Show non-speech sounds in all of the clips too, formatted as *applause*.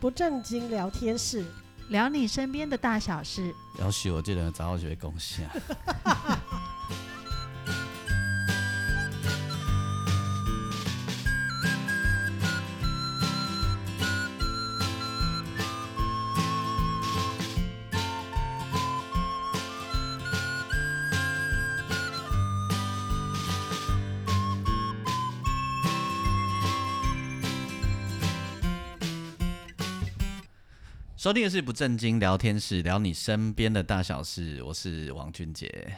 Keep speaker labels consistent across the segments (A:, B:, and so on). A: 不正经聊天室，
B: 聊你身边的大小事。
C: 要许我这人早我就会贡献。收听的是不正经聊天室，聊你身边的大小事。我是王俊杰。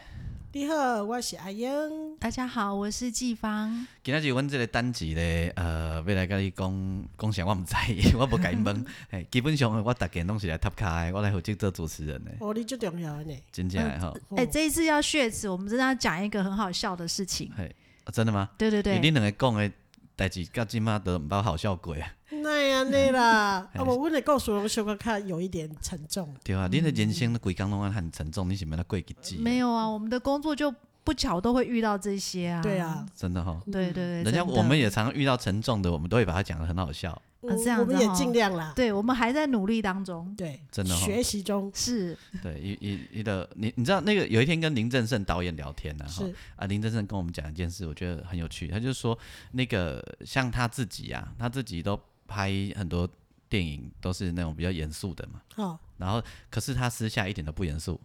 A: 你好，我是阿英。
B: 大家好，我是季芳。
C: 今仔日阮这个单集咧，呃，要来甲你讲讲啥，我毋知， *laughs* 我无甲
B: *laughs*
C: 因问。嘿，基本上我逐件拢是来 top 卡的，我来负责做主持人的，
A: 哦，你最重要的呢。
C: 真正的吼。
A: 哦
B: 哎、这一次要血耻，我们真的要讲一个很好笑的事情。
C: 嘿、啊真的吗？
B: 对对
C: 你
B: 对，
C: 两个讲的代志，到即马都毋捌好笑过啊。
A: 哦那样的啦，
B: 嗯
C: 嘿
A: 啊，我阮的故事拢小可较有一点沉重。
C: 对啊，恁的人生规工拢安很沉重，你是要来过日子？
B: 没有啊，我们的工作就不巧都会遇到这些啊。
A: 对啊，
C: 真的吼。
B: 对，对对
C: 人家
B: 真的
C: 我们也常遇到沉重的，我们都会把它讲得很好笑，
A: 我
B: 这样
A: 我们
B: 子
A: 也
B: 哦
A: 尽量啦。
B: 对我们还在努力当中。
A: 对，
C: 真的吼。哦
A: 学习中
B: 是，
C: 对，一一一的，你你知道那个有一天跟林正盛导演聊天呢、啊，哈
A: 是
C: 啊，林正盛跟我们讲一件事，我觉得很有趣，他就说那个像他自己啊，他自己都拍很多电影都是那种比较严肃的嘛，
A: 哦，
C: 然后可是他私下一点都不严肃，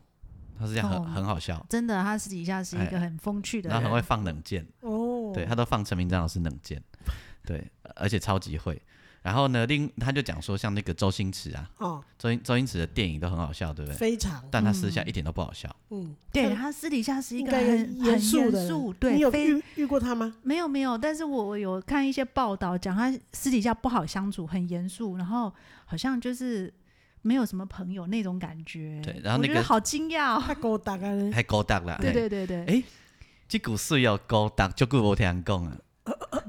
C: 他私下很、
B: 哦
C: 很好笑，
B: 真的，他私底下是一
A: 哎
B: 个很风趣的
C: 然后很会
B: 人。
C: 放冷箭，
A: 哦，
C: 对他都放陈明章老师冷箭，对，而且超级会。然后呢，另他就讲说，像那个周星驰啊，
A: 哦，
C: 周星周星驰的电影都很好笑，对不对？
A: 非常，
C: 但他私下一点都不好笑。
A: 嗯，
B: 对他私底下是一
A: 应
B: 个
A: 该严
B: 很很严
A: 肃的人
B: 肃，
A: 你
B: 对，
A: 有
B: 非
A: 遇遇过他吗？
B: 没有没有，但是我我有看一些报道讲他私底下不好相处，很严肃，然后好像就是没有什么朋友那种感觉。
C: 对然后
B: 我
C: 那
B: 觉得
C: 个
B: 好惊讶、哦。
A: 他给我打个人，
C: 还勾搭啦，
B: 对
C: 嘿，
B: 对对对，
C: 哎这股是要勾搭，就久无听人讲啊。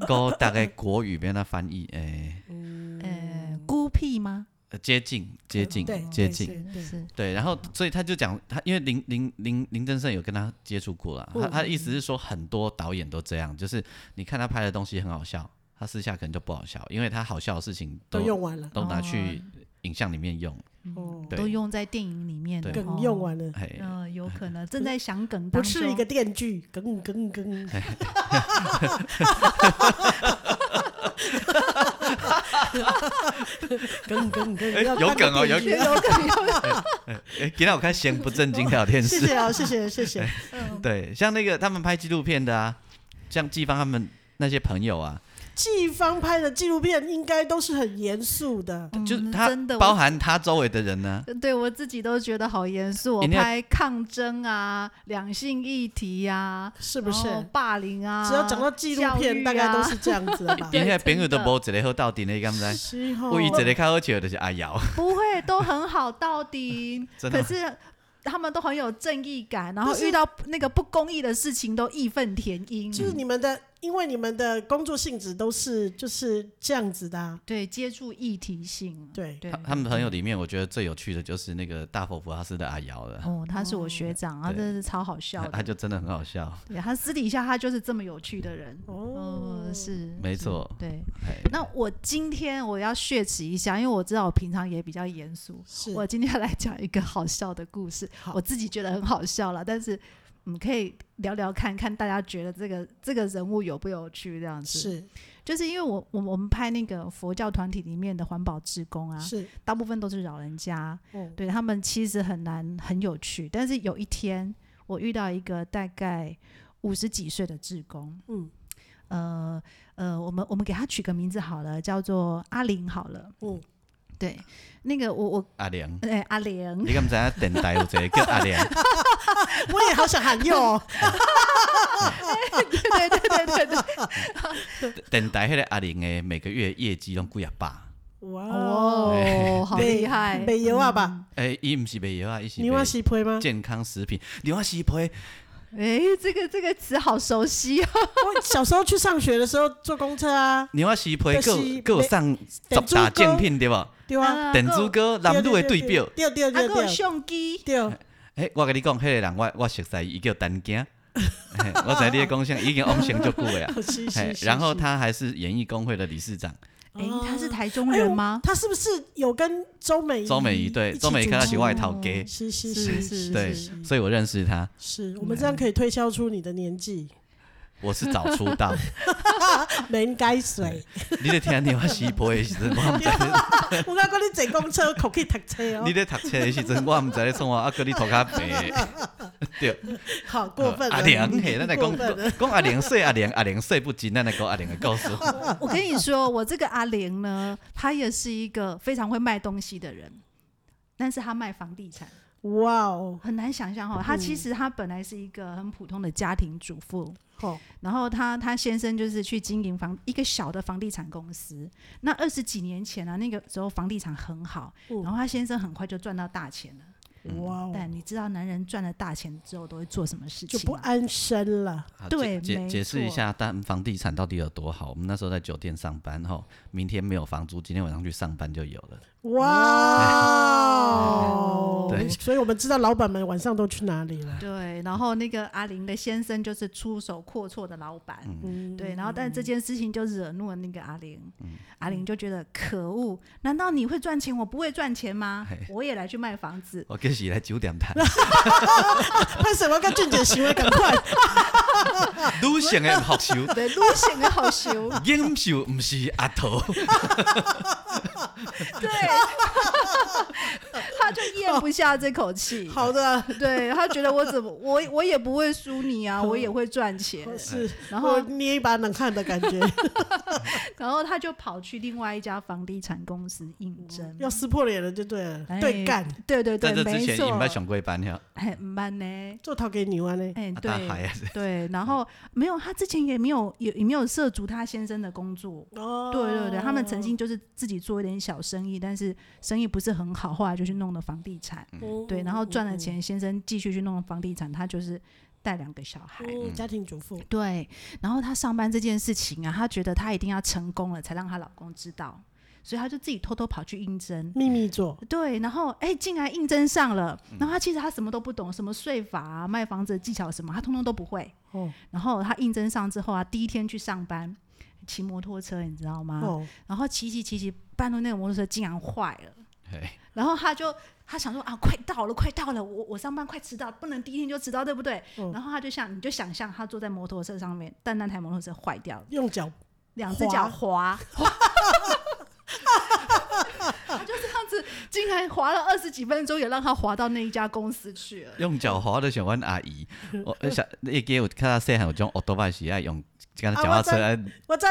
C: 勾搭的国语边那翻译，诶、
A: 嗯
B: 呃，孤僻吗？
C: 呃接近，接近
A: 对，对
C: 接近，
A: 对对
B: 是
C: 对。然后，所以他就讲，他因为林林林林正盛有跟他接触过啦，他他的意思是说，很多导演都这样，就是你看他拍的东西很好笑，他私下可能就不好笑，因为他好笑的事情
A: 都
C: 都
A: 用完了，
C: 都拿去
B: 哦
C: 影像里面用，
A: 哦，
C: 对
B: 嗯都用在电影里面的
C: 对
A: 梗用。完了，
C: 嘿，
B: 嗯、有可能正在想梗当中，
A: 不是一
B: *laughs*
A: 个电锯，梗梗 *laughs* 梗，梗梗梗，要
C: 有
A: 当
C: 梗哦
A: 电
C: 有
A: 锯
C: 梗
A: 有梗，
C: 哎、今天我看闲不正经聊天
A: 谢 *laughs*
C: 室，
A: 谢哦，谢谢谢谢，
C: 对，像那个他们拍纪录片的啊，像季芳他们那些朋友啊，
A: 季芳拍的纪录片应该都是很严肃的，
B: 嗯
C: 就是他
B: 真的我
C: 包含他周围的人呢、
B: 对我自己都觉得好严肃哦。我
C: 一定要
B: 拍抗争啊，两性议题啊，
A: 是不是？
B: 然后霸凌啊，
A: 只要讲到纪录
B: 教育
A: 片，
B: 啊
A: 大概都是这样子的吧
C: 因。 *laughs* 为
B: 对
C: 现在朋友都
B: 真的
C: 无一个好到底的，你敢不知？
A: 是哦
C: 唯一一个较好笑的就是阿瑶，。
B: 不会，都很好到底
C: *laughs* 真的
B: 可
C: 吗
B: 是他们都很有正义感，然后
A: 但是
B: 遇到那个不公义的事情都义愤填膺。
A: 就是你们的，因为你们的工作性质都是就是这样子的、啊，
B: 对接触议题性，
A: 对，
B: 对
C: 他 *laughs* 他们朋友里面，我觉得最有趣的就是那个大佛普拉斯的阿瑶了，
B: 哦，他是我学长，他
C: 对
B: 真的是超好笑
C: 他他
B: 的。
C: 就真的很好笑，
B: 对他私底下他就是这么有趣的人。
A: 哦
B: 哦，是
C: 没
B: 是
C: 错
B: 对。
C: 哎
B: 那我今天我要血耻一下，因为我知道我平常也比较严肃。
A: 是
B: 我今天来讲一个好笑的故事，
A: 好
B: 我自己觉得很好笑了，但是我们可以聊聊看看大家觉得这个这个人物有不有趣这样子。，
A: 是
B: 就是因为我我我们拍那个佛教团体里面的环保志工啊，
A: 是，
B: 大部分都是老人家，
A: 哦
B: 对他们其实很难很有趣。但是有一天，我遇到一个大概五十几岁的志工，
A: 嗯
B: 呃呃，我们我们给他取个名字好了，叫做阿玲好了。
A: 嗯，
B: 对，那个我我
C: 阿良，
B: 哎、
A: *laughs*
B: 阿玲，
C: 你敢不知道电台有一个叫阿良，
A: 我也好想喊哟、
B: 对对对对对对，
C: *laughs* 电台迄个阿玲的每个月业绩拢几啊百，
A: 哇哦，
B: 哦，好
A: 北
B: 厉害，
A: 北油啊吧，
C: 哎，伊毋是卖药啊，伊是
A: 你忘
C: 卖
A: 西配吗？
C: 健康食品，你看西皮，
B: 哎、这个这个词好熟悉哦。
A: 我小时候去上学的时候坐公车啊，
C: 你看西皮，
A: 就是
C: 各各有上
A: 电
C: 十
A: 子歌
C: 大竞品对无？
A: 对啊，
B: 啊
C: 电子歌男女的对标。
A: 对对
B: 还
A: 对
B: 有
A: 对
B: 相机，
C: *laughs*
A: 对，
C: 诶、我甲你讲，迄个人我我熟悉伊，伊叫陈
A: *laughs*
C: 惊，嘿我知你咧讲啥，已经往成足久诶啊。
A: 对，是
C: 嘿
A: 是，是，
C: 然后
A: 是
C: 他还是演艺工会的理事长，
B: 哎、
A: 哦哎
B: 他是台中人吗？
A: 他是不是有跟周美
C: 周美仪
A: 嗯
C: 对
A: 一起
C: 周美仪
A: 组
C: 跟他一
A: 织
C: 起外套 gay，
A: 是是
B: 是
A: 是
B: 是
A: 是，
C: 对
A: 是
C: 所以我认识他，
B: 嗯
A: 是我们这样可以推敲出你的年
C: *laughs*
A: 纪，
C: 我是早出
A: *laughs*
C: 道，
A: 没该水。
C: 你得听你话西坡的时
A: *laughs*
C: 阵，我唔知
A: 我刚讲你坐公车口可以读车哦
C: 你，在读册的时阵，我唔知咧创话，啊，哥你头壳白，对，
A: 好 *laughs* 过分了。
C: 阿良啊嘿，咱来
A: 过
C: 讲
A: 分了。
C: 讲阿良说阿良阿良说不精，咱来讲阿良的故事。
A: 哎
B: 我跟你说，我这个阿玲呢，她也是一个非常会卖东西的人，但是她卖房地产，
A: 哇哦，
B: 很难想象哈。她其实她本来是一个很普通的家庭主妇，
A: 好，
B: 然后她她先生就是去经营房一个小的房地产公司。那二十几年前啊，那个时候房地产很好，
A: 嗯
B: 然后她先生很快就赚到大钱了。
C: 嗯
A: 哇哦，
B: 但你知道男人赚了大钱之后都会做什么事
A: 就
B: 情
A: 不
B: 吗？
A: 安生了。
C: 好
B: 对
C: 啊解解
B: 没
C: 解释一
B: 错
C: 下，但房地产到底有多好？我们那时候在酒店上班吼，明天没有房租，今天晚上去上班就有了。
A: 哇哦！
C: 对
A: 所以我们知道老板们晚上都去哪
B: *laughs*
A: 里了。
B: 对，然后那个阿玲的先生就是出手阔绰的老板，
A: 嗯，
B: 对，然后但这件事情就惹怒了那个阿玲，阿玲就觉得可恶，难道你会赚钱，我不会赚钱吗
C: 嘿？，
B: 我也来去卖房子
C: 我跟是来九点谈，
A: 潘什么跟俊杰行为赶快，
C: 女性的学习，
B: 对，路显得
A: *laughs*
B: 好羞，
C: 英秀不是阿头，
B: 对，他就咽不下这口气。
A: 好
B: *laughs*
A: 的，啊
B: 对他觉得我怎么我我也不会输你啊，我也会赚钱。
A: 是
B: 然后
A: 嗯我捏一把冷汗的
B: *laughs*
A: 感觉，
B: 然后他就跑去另外一家房地产公司应征，
A: 哦要撕破脸了就对了，
B: 哎
A: 对干，
B: 对对
C: *laughs* 在
B: 对
C: 这，之
B: 没
C: 前
B: 错
C: 应，该上过班了，
B: 哎，唔办呢，
A: 做逃给你玩呢。
B: 哎，
C: 啊大
B: 对，
C: 海啊，
B: 对，然后没有，他之前也没有也也没有涉足他先生的工作。
A: 哦，
B: 对对对，他们曾经就是自己做一点小生意，但是生意不是很好，后来就去弄了房地产。
A: 嗯
B: 对，然后赚了，钱，先生继续去弄房地产，他就是带两个小孩。
A: 嗯家庭主妇，
B: 对，然后她上班这件事情啊，她觉得她一定要成功了才让她老公知道，所以她就自己偷偷跑去应征。
A: 秘密做，
B: 对，然后哎，竟然应征上了。然后她其实她什么都不懂，什么税法啊、卖房子的技巧什么，她通通都不会。
A: 哦
B: 然后他应征上之后啊，第一天去上班，骑摩托车，你知道吗？
A: 哦，
B: 然后骑骑骑骑，半路那个摩托车竟然坏了，
C: 嘿
B: 然后他就他想说啊，快到了，快到了，我我上班快迟到，不能第一天就迟到，对不对？
A: 嗯
B: 然后他就想，你就想象他坐在摩托车上面，但那台摩托车坏掉了，
A: 用脚
B: 两只脚滑。滑 *laughs* 他就这样子，竟然滑了二十几分钟，也让他滑到那一家公司去了。
C: 用脚滑的像阮阿姨，我我想你记得有看到细汉有种奥多拜是爱用，敢脚踏车
A: 啊
C: 安，
A: 我在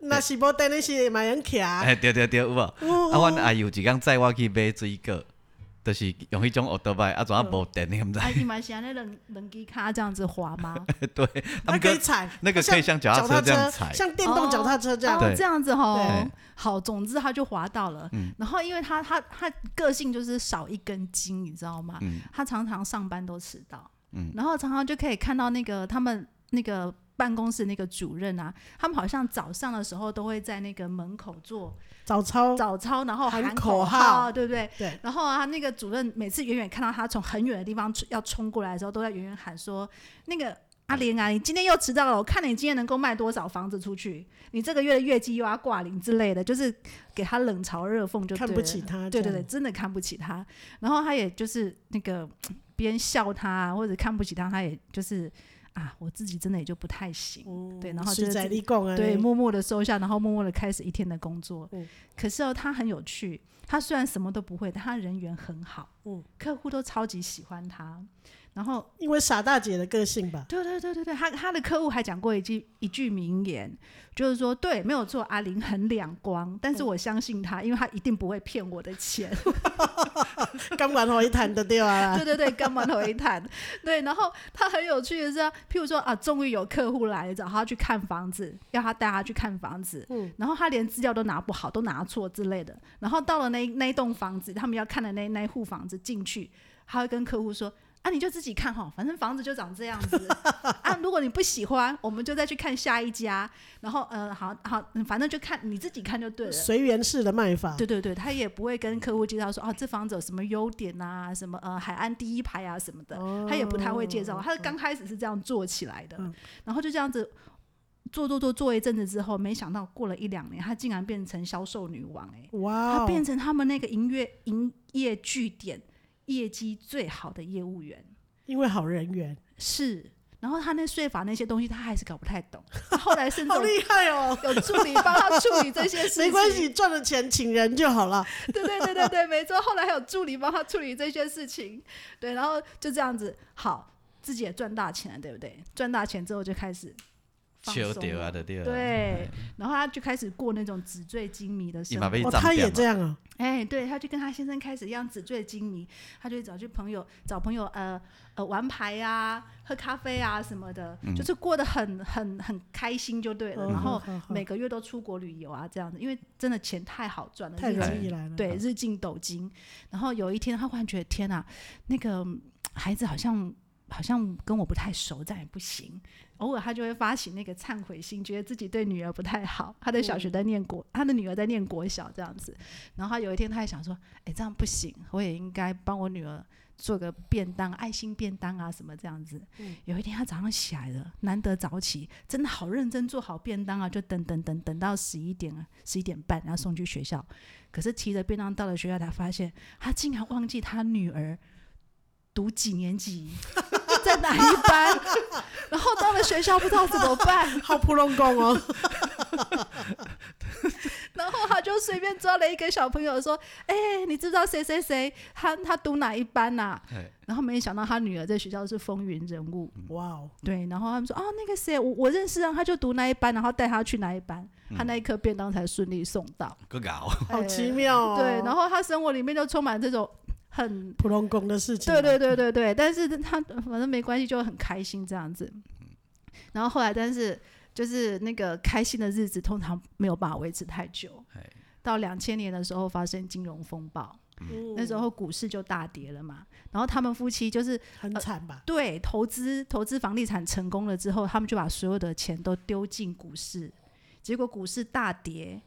A: 那是无等那是买人卡，
C: 哎对对对有无？啊，阮阿姨有一工载我去买水果，就是用迄种奥多拜，啊怎啊无电你毋知？
B: 啊，你们想那冷冷机卡这样子滑吗？
C: 对，啊
A: 还
C: 不
A: 可
C: 过
A: 以踩，
C: 那个可以像脚踏
A: 车
C: 车这样踩
A: 像电动脚踏车这样
B: 哦，
C: 对
B: 这样子吼
C: 对，
B: 好，总之他就滑到了。
C: 嗯
B: 然后因为他他他个性就是少一根筋，你知道吗？
C: 嗯
B: 他常常上班都迟到，
C: 嗯
B: 然后常常就可以看到那个他们那个办公室那个主任啊，他们好像早上的时候都会在那个门口做
A: 早操，
B: 早操，然后
A: 喊
B: 喊
A: 口
B: 口
A: 号
B: 对不对？
A: 对，
B: 然后啊，那个主任每次远远看到他从很远的地方冲要冲过来的时候，都在远远喊说：“那个阿莲啊，你今天又迟到了，我看你今天能够卖多少房子出去？你这个月的月绩又要挂零之类的，就是给他冷嘲热讽就对了
A: 看不起他，
B: 对对
A: 这
B: 对，
A: 样，
B: 真的看不起他。然后他也就是那个嗯别人笑他啊或者看不起他，他也就是啊，我自己真的也就不太行。
A: 嗯
B: 对然后就是
A: 实在立功啊，
B: 对，默默的收下，然后默默的开始一天的工作。
A: 嗯
B: 可是哦，他很有趣，他虽然什么都不会，但他人缘很好，
A: 嗯
B: 客户都超级喜欢他。然后，
A: 因为傻大姐的个性
B: *laughs*
A: 吧，
B: 对对对对对，他他的客户还讲过一句一句名言，就是说，对，没有错，阿玲很两光，但是我相信他，因为他一定不会骗我的钱。 *laughs*
A: 刚玩好一谈的对啊
B: 对，对对，干嘛头一谈？对，然后他很有趣的是啊，譬如说啊，终于有客户来了，找他去看房子，要他带他去看房子，
A: 嗯
B: 然后他连资料都拿不好，都拿错之类的。然后到了那那一栋房子，他们要看的那那一户房子进去，他会跟客户说。啊，你就自己看哈，反正房子就长这样子啊。如果你不喜欢，我们就再去看下一家。然后，呃，好好，嗯反正就看你自己看就对了。
A: 随缘式的卖法，
B: 对对对，他也不会跟客户介绍说啊，这房子有什么优点啊，什么呃海岸第一排啊什么的，他也不太会介绍。他刚开始是这样做起来的，
A: 哦嗯
B: 然后就这样子做做做做一阵子之后，没想到过了一两年，她竟然变成销售女王哎、
A: 哇
B: 她
A: 哦，
B: 变成他们那个营业营业据点业绩最好的业务员
A: 因为好人缘，
B: 是。然后她那税法那些东西，她还是搞不太懂。她后来甚至
A: 好
B: 有
A: 厉害哦。
B: 有助理帮她处理这些事
A: *laughs*
B: 情，
A: 没关系，赚了钱请人就好了。
B: *laughs* 对对对对对，没错。后来还有助理帮他处理这些事情，对，然后就这样子，好，自己也赚大钱了，对不对？赚大钱之后就开始放
C: 笑
B: 松
C: 掉啊
B: 了，
C: 的掉。
B: 对，然后他就开始过那种纸醉金迷的
C: 一
B: 生
C: 马
B: 活
C: 被。
A: 哦，
C: 涨
A: 他也
C: 掉
A: 这
C: 嘛。
A: 样啊，
B: 哎，对，他就跟他先生开始一样纸醉金迷，他就会找去朋友找朋友呃呃玩牌呀、啊、喝咖啡啊什么的，
C: 嗯
B: 就是过得很很很开心就对了。
A: 嗯
B: 然后
A: 好好好
B: 每个月都出国旅游啊这样子，因为真的钱太好赚了，
A: 太
B: 日
A: 容
B: 积
A: 易来了。
B: 对，日进斗金。然后有一天，他忽然觉得，天啊，那个嗯孩子好像好像跟我不太熟，这样也不行。偶尔他就会发起那个忏悔心，觉得自己对女儿不太好。他的小学在念国，他的女儿在念国小这样子。然后他有一天，他也想说，哎，这样不行，我也应该帮我女儿做个便当，爱心便当啊什么这样子。有一天他早上起来了，难得早起，真的好认真做好便当啊，就等等等等到十一点啊，十一点半，然后送去学校。可是提着便当到了学校，才发现他竟然忘记他女儿读几年级， *laughs* 在哪一班， *laughs* 然后到了学校不知道怎么办，
A: 好扑龙宫 *laughs* 哦，
B: 然后他就随便抓了一个小朋友说：“哎、你知不知道谁谁谁，他他读哪一班呐、
C: 对
B: 然后没想到他女儿在学校是风云人物，
A: 哇哦，
B: *laughs* 对，然后他们说啊，那个谁，我我认识啊，他就读那一班，然后带他去那一班，他那一颗便当才顺利送到。
C: 个搞，
A: 嗯好
B: 哎
A: 奇妙哦。
B: 对，然后他生活里面就充满这种很，
A: 普龙宫的事情，啊
B: 对对对对对，但是他反正没关系，就很开心这样子。然后后来，但是就是那个开心的日子通常没有办法维持太久
C: 哎。
B: 到两千年的时候发生金融风暴，
A: 嗯，
B: 那时候股市就大跌了嘛。然后他们夫妻就是
A: 很惨吧？
B: 对，投资投资房地产成功了之后，他们就把所有的钱都丢进股市，结果股市大跌，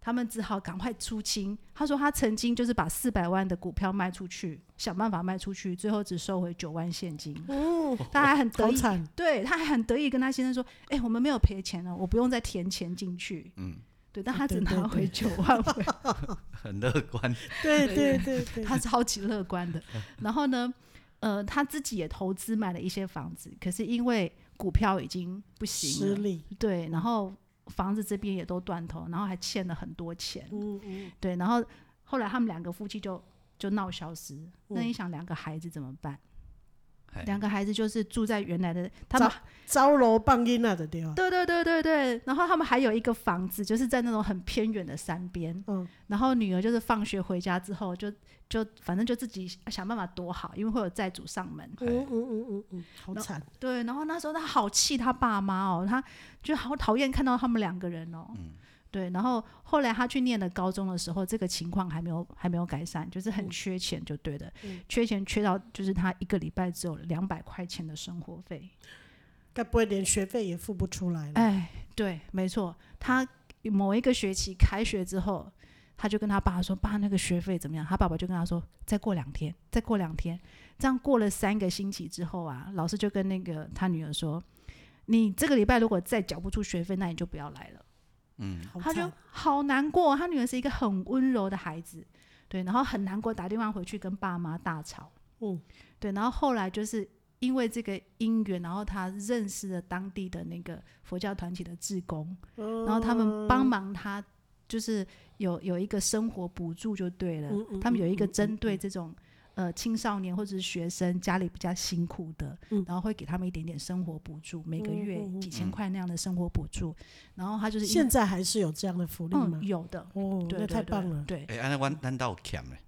B: 他们只好赶快出清。他说他曾经就是把四百万的股票卖出去，想办法卖出去，最后只收回九万现金。
A: 嗯，
B: 他还很哦得
A: 好
B: 意， *laughs*
A: 惨，
B: 对，他还很得意跟他先生说：“哎、我们没有赔钱了，我不用再填钱进去。”嗯
C: 嗯，
B: 对，但他只
A: 对对
B: 拿回
A: 对
B: 九万回
C: *laughs* 很乐观。
A: 对对对 *laughs* 对，
B: 他超级乐观
A: *laughs*
B: 的。然后呢，呃，他自己也投资买了一些房子，可是因为股票已经不
A: 失
B: 行了，
A: 礼，
B: 对，然后房子这边也都断头，然后还欠了很多钱，
A: 嗯嗯，
B: 对，然后后来他们两个夫妻就就闹消失。那
A: 嗯
B: 你想，两个孩子怎么办？
C: 哎
B: 两个孩子就是住在原来的，他们
A: 招楼棒音啊的地方，
B: 对对对对对，然后他们还有一个房子，就是在那种很偏远的山边，
A: 嗯，
B: 然后女儿就是放学回家之后就，就反正就自己想办法躲好，因为会有债主上门。
A: 嗯嗯嗯嗯嗯，好惨，
B: 对，然后那时候她好气她爸妈哦，她就好讨厌看到他们两个人哦。对，然后后来她去念了高中的时候，这个情况还没有还没有改善，就是很缺钱就对的，
A: 嗯
B: 缺钱缺到就是她一个礼拜只有两百块钱的生活费。
A: 该不会连学费也付不出来了？
B: 哎，对，没错，他某一个学期开学之后，他就跟他爸说：“爸，那个学费怎么样？”他爸爸就跟他说：“再过两天，再过两天。”这样过了三个星期之后啊，老师就跟那个他女儿说：“你这个礼拜如果再缴不出学费，那你就不要来了。”
C: 嗯，
A: 好
B: 他就
A: 惨，
B: 好难过。他女儿是一个很温柔的孩子，对，然后很难过，打电话回去跟爸妈大吵。
A: 嗯，
B: 对，然后后来就是因为这个因缘，然后他认识了当地的那个佛教团体的志工，
A: 然
B: 然后他们帮忙他，就是有有一个生活补助就对了。
A: 嗯嗯
B: 他们有一个
A: 嗯嗯
B: 针对这种。呃，青少年或者是学生家里比较辛苦的，
A: 嗯
B: 然后会给他们一点点生活补助，每个
A: 嗯
B: 月
A: 嗯嗯
B: 几千块那样的生活补助。然后他就是因为
A: 现在还是有这样的福利吗
B: 嗯，？有的，
A: 哦，
B: 对，
A: 那
B: 对
A: 太棒了，
C: *laughs*
B: 对，
C: 哎，安那弯弯道欠嘞，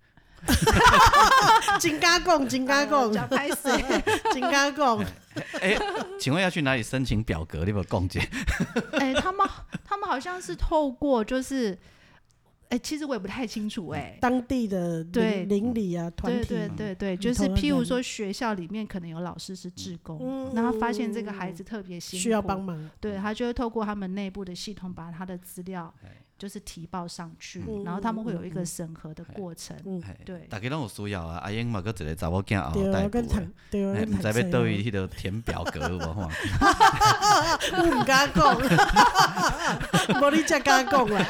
A: 金嘎贡，金嘎贡，
B: 讲拍死，
A: 金嘎贡，
C: 哎，请问要去哪里申请表格？你有没有共解？
B: 哎，他们他们好像是透过就是，哎、哎，其实我也不太清楚哎、
A: 当地的邻
B: 对
A: 邻里啊团
B: 对
A: 体，
B: 对对对，就
A: 你
B: 是
A: 投了
B: 譬如
A: 人
B: 说学校里面可能有老师是志工
A: 嗯，
B: 那、他发现这个孩子特别辛苦，
A: 需要帮忙，
B: 对他就会透过他们内部的系统把他的资料
C: 哎
B: 就是提报上去，
A: 嗯
B: 然后他们会有一
A: 嗯嗯
B: 个
A: 嗯
B: 审核的
C: 哎
B: 过程。
A: 嗯，
C: 哎
B: 对
C: 大家拢有需要啊，阿英嘛，搁一个查某囝哦后
A: 对
C: 代
A: 啊，跟
C: 步的
A: 谈，对啊，
C: 哎，
A: 跟
C: 毋知
A: 谈
C: 要
A: 谁
C: 倒
A: 啊
C: 去迄条填表格有无吼？ *laughs*
A: 我唔敢讲，无你才敢讲啦。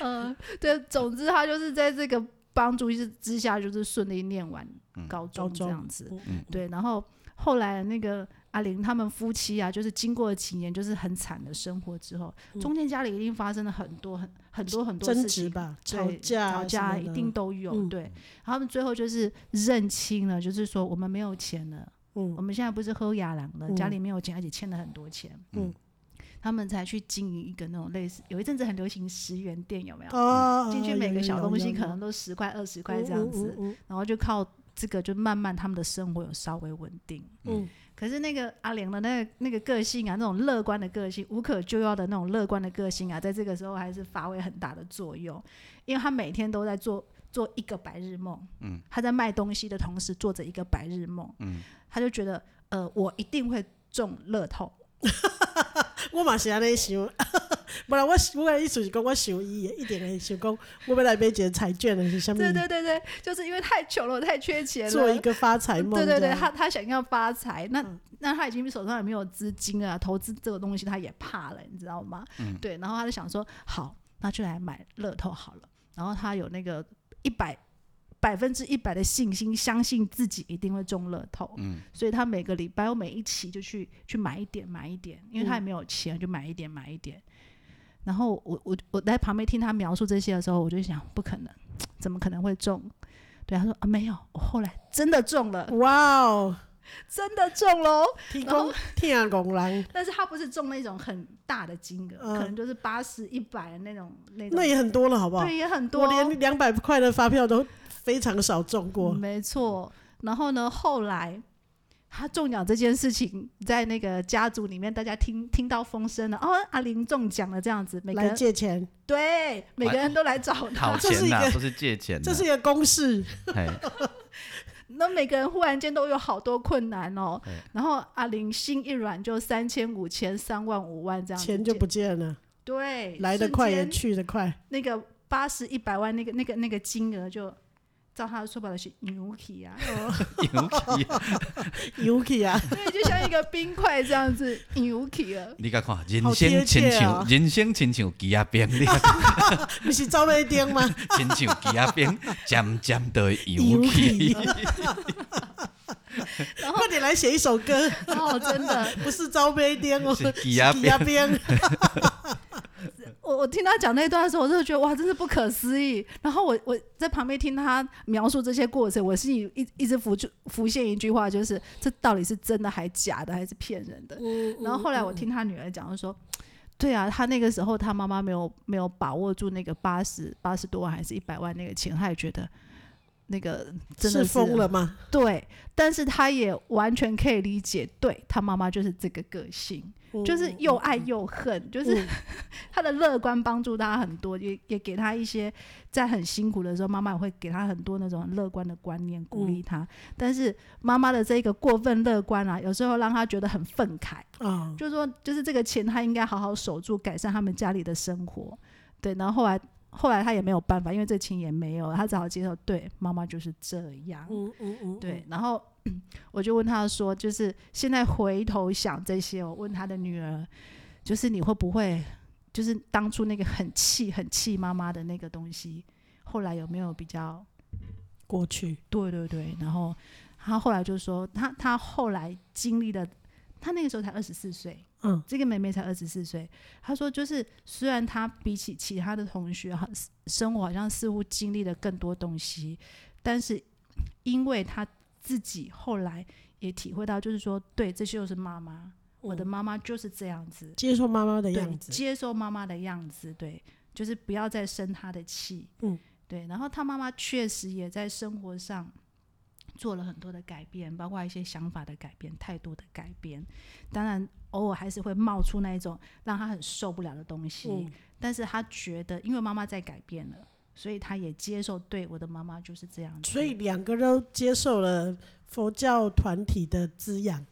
B: 嗯， *laughs* 对，总之他就是在这个帮助之之下，就是顺利念完
C: 嗯
B: 高
A: 高
B: 中这
A: 中
B: 样子。
C: 嗯
B: 对，然后后来那个阿玲他们夫妻啊，就是经过了几年就是很惨的生活之后，中间家里一定发生了很多很很多很多
A: 嗯争
B: 事
A: 执
B: 情。
A: 吧，
B: 对
A: 吵架啊
B: 吵架
A: 什么
B: 一
A: 的
B: 定都有，
A: 嗯
B: 对。然后他们最后就是认清了，就是说我们没有钱了，我
A: 嗯
B: 们现在不是喝雅郎了，
A: 嗯
B: 家里没有钱，而且欠了很多钱，
A: 嗯，
B: 他们才去经营一个那种类似，有一阵子很流行十元店，有没有？
A: 哦，
B: 进去每个小东西可能
A: 都
B: 都十块、二十块这
A: 嗯
B: 样子，，然后就靠这个就慢慢他们的生活有稍微稳定。
A: 嗯
B: 可是那个阿玲的那个那个个性啊，那种乐观的个性，无可救药的那种乐观的个性啊，在这个时候还是发挥很大的作用，因为他每天都在做做一个白日梦，
C: 嗯，
B: 他在卖东西的同时做着一个白日梦，嗯，他就觉得呃，我一定会中乐透，
A: 我嘛是安尼想， *laughs* 不然我我的意思是讲，我想伊的一点会想讲，我要来买一个彩券的是啥物？
B: 对对对对，就是因为太穷了，我太缺钱了，
A: 做一个发财梦
B: 对
A: 这样。
B: 对对，他他想要发财，那、那他已经手上也没有资金了，投资这个东西他也怕了，你知道吗？对，然后他就想说，好，那就来买乐透好了。然后他有那个一百百分之一百的信心，相信自己一定会中乐透。
C: 嗯
B: 所以他每个礼拜我每一期就去去买一点买一点，因为他也没有钱，就买一点买一点。然后我我我在旁边听他描述这些的时候，我就想不可能，怎么可能会中？对，他说啊没有，我后来真的中了，
A: 哇哦，
B: 真的中喽！
A: 天公天公人，
B: 但是他不是中那种很大的金额，
A: 嗯
B: 可能就是八十、一百那种那种，
A: 那也很多了，好不好？
B: 对也很多
A: 我，连两百块的发票都非常少中过。
B: 嗯没错。然后呢，后来他中奖这件事情，在那个家族里面，大家听听到风声了，哦，阿玲中奖了，这样子，每个
A: 来
B: 人
A: 借钱，
B: 嗯对每个人都来找
C: 讨
B: 他，
A: 这是
C: 钱
A: 一
C: 呐，
A: 个
C: 不是借钱呐，啊
A: 这是一个公式。
C: 哎， *laughs*
B: 那每个人忽然间都有好多困难哦
C: 对。
B: 然后阿玲心一软，就三千、五千、三万、五万这样子
A: 钱就
B: 借
A: 不见了，
B: 对，
A: 来得
B: 瞬
A: 快也
B: 间
A: 去得快，
B: 那个八十一百万那个那个那个金额就。照他说法的是牛皮啊，
C: 尤其
A: 尤其啊， *laughs*
B: 对，就像一个冰块这样子牛皮了。
C: 你甲看，人
A: 好贴
C: 生亲
A: 切啊
C: 像人生亲像鸡仔饼， *laughs* 你
A: 不是招杯丁吗？
C: 亲像鸡仔饼， *laughs* 渐渐的油 *laughs* 起。
A: 快点来写一首歌，
B: 哦，真的，
A: 不是招杯丁哦，
C: 是
A: 是
C: 鸡鸭
A: 鸭边，
B: *laughs* 我我听他讲那段的时候，我真的觉得哇，真是不可思议。然后我我在旁边听他描述这些过程，我心里一一直浮出浮现一句话，就是这到底是真的还假的，还是骗人的？ *laughs* 然后后来我听他女儿讲，就说，对啊，他那个时候他妈妈没有没有把握住那个八十八十多万还是一百万那个钱，他也觉得那个真的啊
A: 是疯了吗？
B: 对，但是他也完全可以理解，对他妈妈就是这个个性，就是又爱又恨，就是
A: 嗯
B: 他的乐观帮助他很多，也也给他一些在很辛苦的时候，妈妈也会给他很多那种乐观的观念鼓励
A: 嗯
B: 他。但是妈妈的这个过分乐观啊，有时候让他觉得很愤慨，
A: 啊，
B: 就是说，就是这个钱他应该好好守住，改善他们家里的生活。对，然后后来后来他也没有办法，因为这钱也没有，他只好接受，对，妈妈就是这样。
A: 嗯嗯嗯，
B: 对，然后 *clears throat* 我就问他说，就是现在回头想这些，我问他的女儿，就是你会不会，就是当初那个很气、很气妈妈的那个东西，后来有没有比较？
A: 过去
B: 对对对，然后他后来就说，他他后来经历了，他那个时候才二十四岁，
A: 嗯，
B: 这个妹妹才二十四岁，她说就是虽然她比起其他的同学，好生活好像似乎经历了更多东西，但是因为她自己后来也体会到，就是说，对，这就是妈妈，我
A: 嗯
B: 的妈妈就是这样子，
A: 接受妈妈的
B: 对
A: 样，子，
B: 接受妈妈的样子，对，就是不要再生她的气，
A: 嗯，
B: 对。然后她妈妈确实也在生活上做了很多的改变，包括一些想法的改变、态度的改变。当然，偶尔还是会冒出那一种让他很受不了的东西，
A: 嗯
B: 但是他觉得因为妈妈在改变了，所以他也接受，对我的妈妈就是这样子。
A: 所以两个都接受了佛教团体的滋养，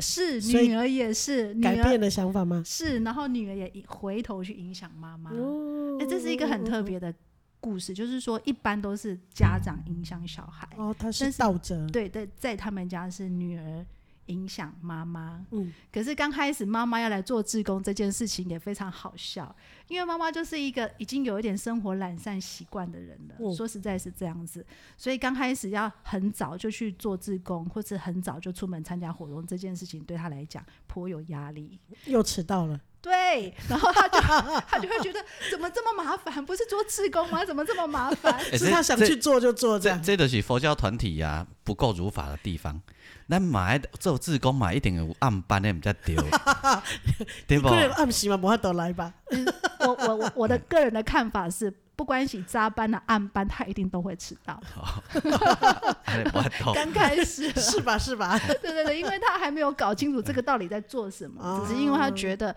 B: 是
A: 所以
B: 女儿也是女
A: 改
B: 儿
A: 变了想法吗？
B: 是，然后女儿也一回头去影响妈妈。
A: 哦
B: 哎、这是一个很特别的故事，就是说一般都是家长影响小孩，
A: 哦，他是
B: 但是
A: 倒着，
B: 对对，在他们家是女儿影响妈妈。
A: 嗯，
B: 可是刚开始妈妈要来做志工这件事情也非常好笑，因为妈妈就是一个已经有一点生活懒散习惯的人了，
A: 嗯
B: 说实在是这样子，所以刚开始要很早就去做志工，或是很早就出门参加活动这件事情，对她来讲颇有压力。
A: 又迟到了。
B: 对， *laughs* 然后他就他就会觉得怎么这么麻烦？不是做志工吗？怎么这么麻烦？
C: 欸
A: 是
C: 这
A: 他想
C: 这
A: 去做就做这
C: 这
A: 样。
C: 啊这就是佛教团体呀、不够如法的地方。咱买做志工嘛，一定有暗班的，毋才对，
B: *laughs*
C: 对不
A: 可？能暗时嘛，无法度来吧。，
B: *laughs* 我我我我的个人的看法是，不关系扎班的啊暗班，他一定都会迟到。
C: 安尼无法度
B: *laughs* 刚开始
A: 是吧？是吧？
B: 对对对，因为他还没有搞清楚这个到底在做什么，只是因为他觉得。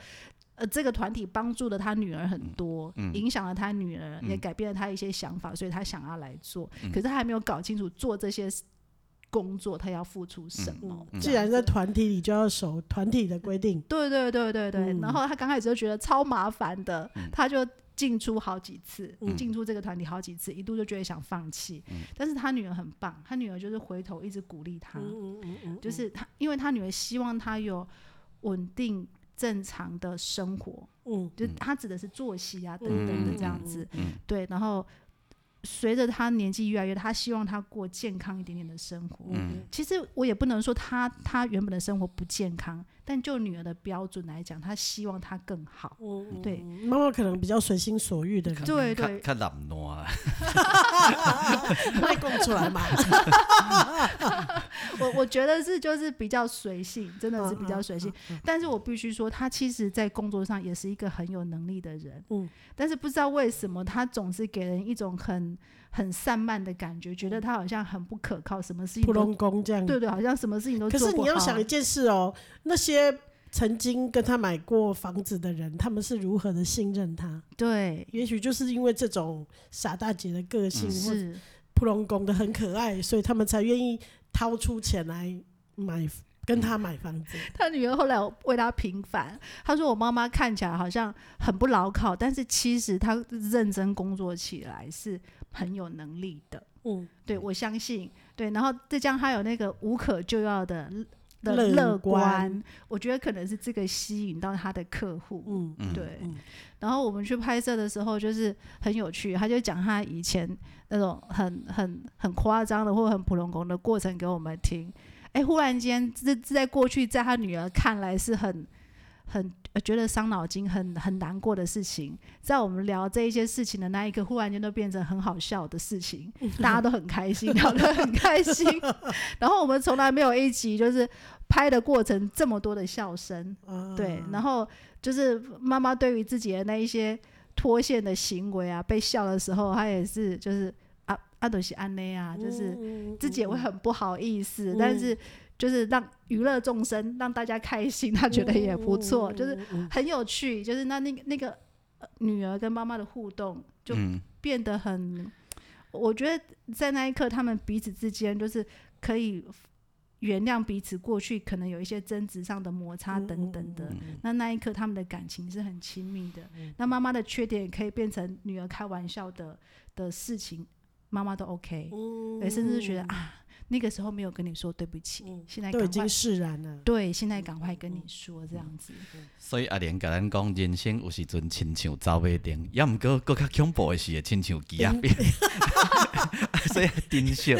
B: 呃，这个团体帮助了他女儿很多，影响了他女儿，也改变了他一些想法，所以他想要来做。可是他还没有搞清楚做这些工作他要付出什么。这样
A: 既然在团体里，就要守团体的规定。
B: 对对对对对，
A: 嗯
B: 然后他刚开始就觉得超麻烦的，他就进出好几次，
A: 嗯
B: 进出这个团体好几次，一度就觉得想放弃。但是他女儿很棒，他女儿就是回头一直鼓励他，
A: 嗯嗯嗯
B: 就是他，因为他女儿希望他有稳定正常的生活，
A: 嗯，
B: 就他指的是作息啊等
A: 嗯
B: 等的这样子，
C: 嗯
B: 对，然后。随着他年纪越来越大，他希望他过健康一点点的生活。
A: 嗯
B: 其实我也不能说他他原本的生活不健康，但就女儿的标准来讲，他希望她更好。
A: 嗯
B: 对
A: 妈妈可能比较随心所欲的人，
B: 对
C: 较
B: 对，
C: 较懒惰啊，
A: 卖供出来嘛。
B: 我我觉得是就是比较随性，真的
A: 嗯
B: 是比较随性。但是我必须说，他其实在工作上也是一个很有能力的人。
A: 嗯，
B: 但是不知道为什么，他总是给人一种很很散漫的感觉，觉得他好像很不可靠，什么事情
A: 普
B: 都
A: 通工这样。
B: 对对，好像什么事情都
A: 可
B: 做
A: 是
B: 不好。
A: 你要想一件事哦，那些曾经跟他买过房子的人，他们是如何的信任他？
B: 对，
A: 也许就是因为这种傻大姐的个性，或者
B: 是。
A: 普龙公的很可爱，所以他们才愿意掏出钱来买跟他买房子。
B: 他女儿后来为他平反，她说：“我妈妈看起来好像很不牢靠，但是其实她认真工作起来是很有能力的。
A: 嗯，
B: 对我相信，对，然后再加上她有那个无可救药的的
A: 乐
B: 乐观
A: 观，
B: 我觉得可能是这个吸引到她的客户。
A: 嗯
C: 嗯
B: 对
A: 嗯，
B: 然后我们去拍摄的时候就是很有趣，他就讲他以前那种很很很夸张的或很普通工的过程给我们听。哎，忽然间，这这在过去，在他女儿看来是很很、呃觉得伤脑筋、很很难过的事情，在我们聊这一些事情的那一刻，忽然间都变成很好笑的事情，大家都很开心，聊得很开心。 *laughs* 然后我们从来没有一集就是拍的过程这么多的笑声，
A: 啊
B: 对，
C: 嗯
B: 然后就是妈妈对于自己的那一些脱线的行为啊，被笑的时候，她也是就是啊阿斗西安内啊，就是
C: 嗯
B: 自己也会很不好意思，但是就是让娱乐众生，让大家开心，她觉得也不错，
C: 嗯
B: 就是很有趣，就是那那个那个、呃女儿跟妈妈的互动就
C: 嗯，
B: 变得很，我觉得在那一刻，他们彼此之间就是可以原谅彼此过去可能有一些争执上的摩擦
A: 嗯
B: 等等的。
C: 嗯
B: 那那一刻，他们的感情是很亲密的。那妈妈的缺点也可以变成女儿开玩笑的的事情，妈妈都 OK，、对，甚至是觉得啊，那个时候没有跟你说对不起，
A: 嗯
B: 现在
A: 都已
B: 赶快
A: 经释然了。
B: 对，现在赶快跟你说这样子。
C: 所以阿莲甲咱讲，人生有时阵亲像走马灯，抑毋过搁较恐怖的是会亲像鸡仔变， *laughs* 所以要珍
B: *laughs*
C: 惜。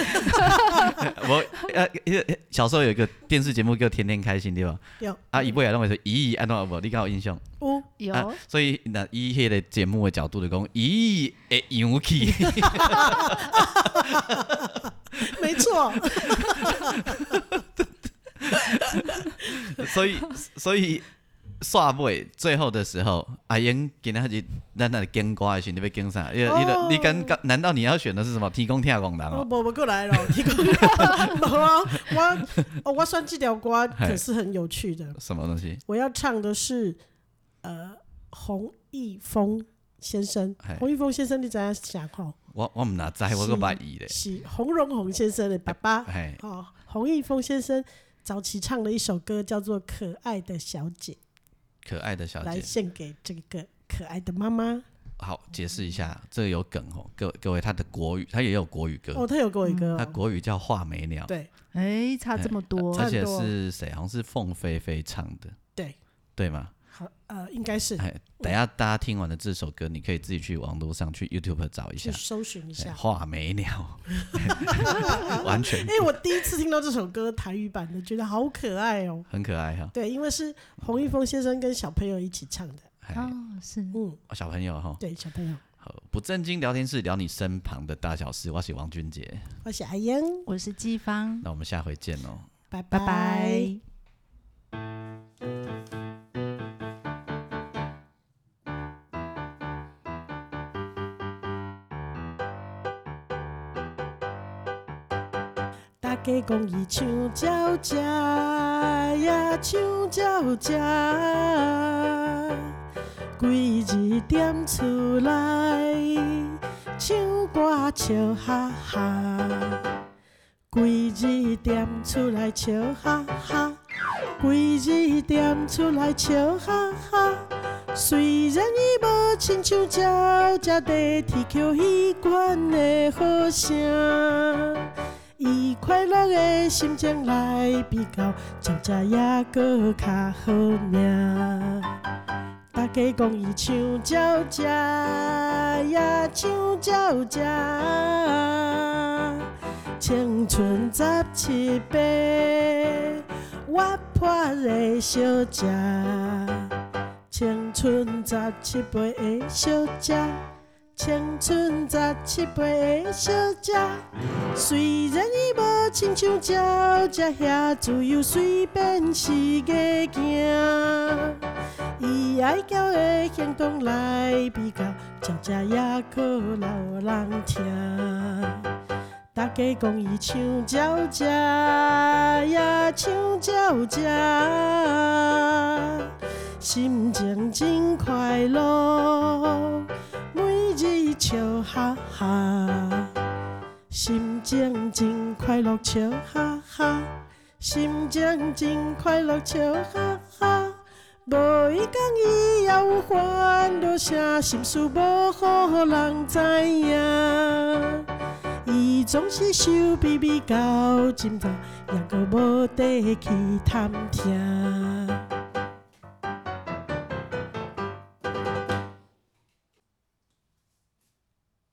C: 我呃，呃小时候有一个电视节目叫《天天开心》，对吧？
A: 有
C: 啊，伊尾啊，拢会说咦，安怎有无？你敢有印象？
A: 有
B: 有、
C: 啊，所以那以迄个节目的角度就讲，咦，会
A: *laughs*
C: 洋气，
A: 没错，
C: 所以所以煞尾最后的时候，阿英今天日咱那跟歌的时候，你要跟啥？因为你
A: 哦
C: 的你跟难道你要选的是什么？天公听公人
A: 我
C: 哦，
A: 无无过来咯，提供无啊，我哦，我算这条歌可是很有趣的。
C: 什么东西？
A: 我要唱的是呃洪一峰先生
C: 嘿，
A: 洪一峰先生你知影啥吼？
C: 我我唔哪知，我个捌伊咧。
A: 是洪荣宏先生的爸爸
C: 哎，
A: 哦，洪一峰先生早期唱了一首歌叫做《可爱的小姐》，
C: 可爱的小
A: 来
C: 姐，
A: 献给这个可爱的妈妈。
C: 好，解释一下，这个有梗哦，各位各位，他的国语，他也有国语歌，
A: 哦，他有给我一个
C: 嗯他
A: 哦，
C: 国语叫《画眉鸟》，
A: 对
B: 哎，差这么多，
C: 而且
A: 差很多
C: 是谁？好像是凤飞飞唱的，
A: 对，
C: 对吗？
A: 好呃，应该是
C: 哎，等
A: 嗯
C: 一下大家听完了这首歌，你可以自己去网络上去 YouTube 找一下
A: 去，搜寻一
C: 哎
A: 下。
C: 画眉鸟， *laughs* 完全
A: *laughs* 哎，我第一次听到这首歌台语版的，觉得好可爱哦。
C: 很可爱哈、
A: 对，因为是洪一峰先生跟小朋友一起唱的，
C: 哎，
B: 哦，是
A: 嗯，
C: 小朋友哈，
A: 对，小朋友，
C: 好不正经聊天室聊你身旁的大小事，我是王俊杰，
A: 我是阿英，
B: 我是季芳，
C: 那我们下回见哦。
A: 拜
B: 拜
A: 拜
B: 拜。
A: 大家讲伊唱鸟食呀，唱鸟食，规日踮厝内唱歌笑哈哈，规日踮厝内笑哈哈，规日踮厝内笑哈哈。虽然伊无亲像鸟食地铁口迄款的好声。以快乐的心情来比较，鸟只也搁较好命。大家讲伊唱鸟食呀，唱鸟食，青春十七八，活泼的小姐，青春十七八的小姐，青春十七八的小姐。虽然伊无亲像鸟只遐自由随便是个行，以爱娇的行动来比较，鸟只也靠老人听。大家讲伊像鸟食呀，像鸟食，心情真快乐，每日笑哈哈。心情真快乐，笑哈哈，心情真快乐，笑哈哈。无伊讲伊也有烦恼啥，心事无好人知影。伊总是收秘密到今早，也阁无地去探听。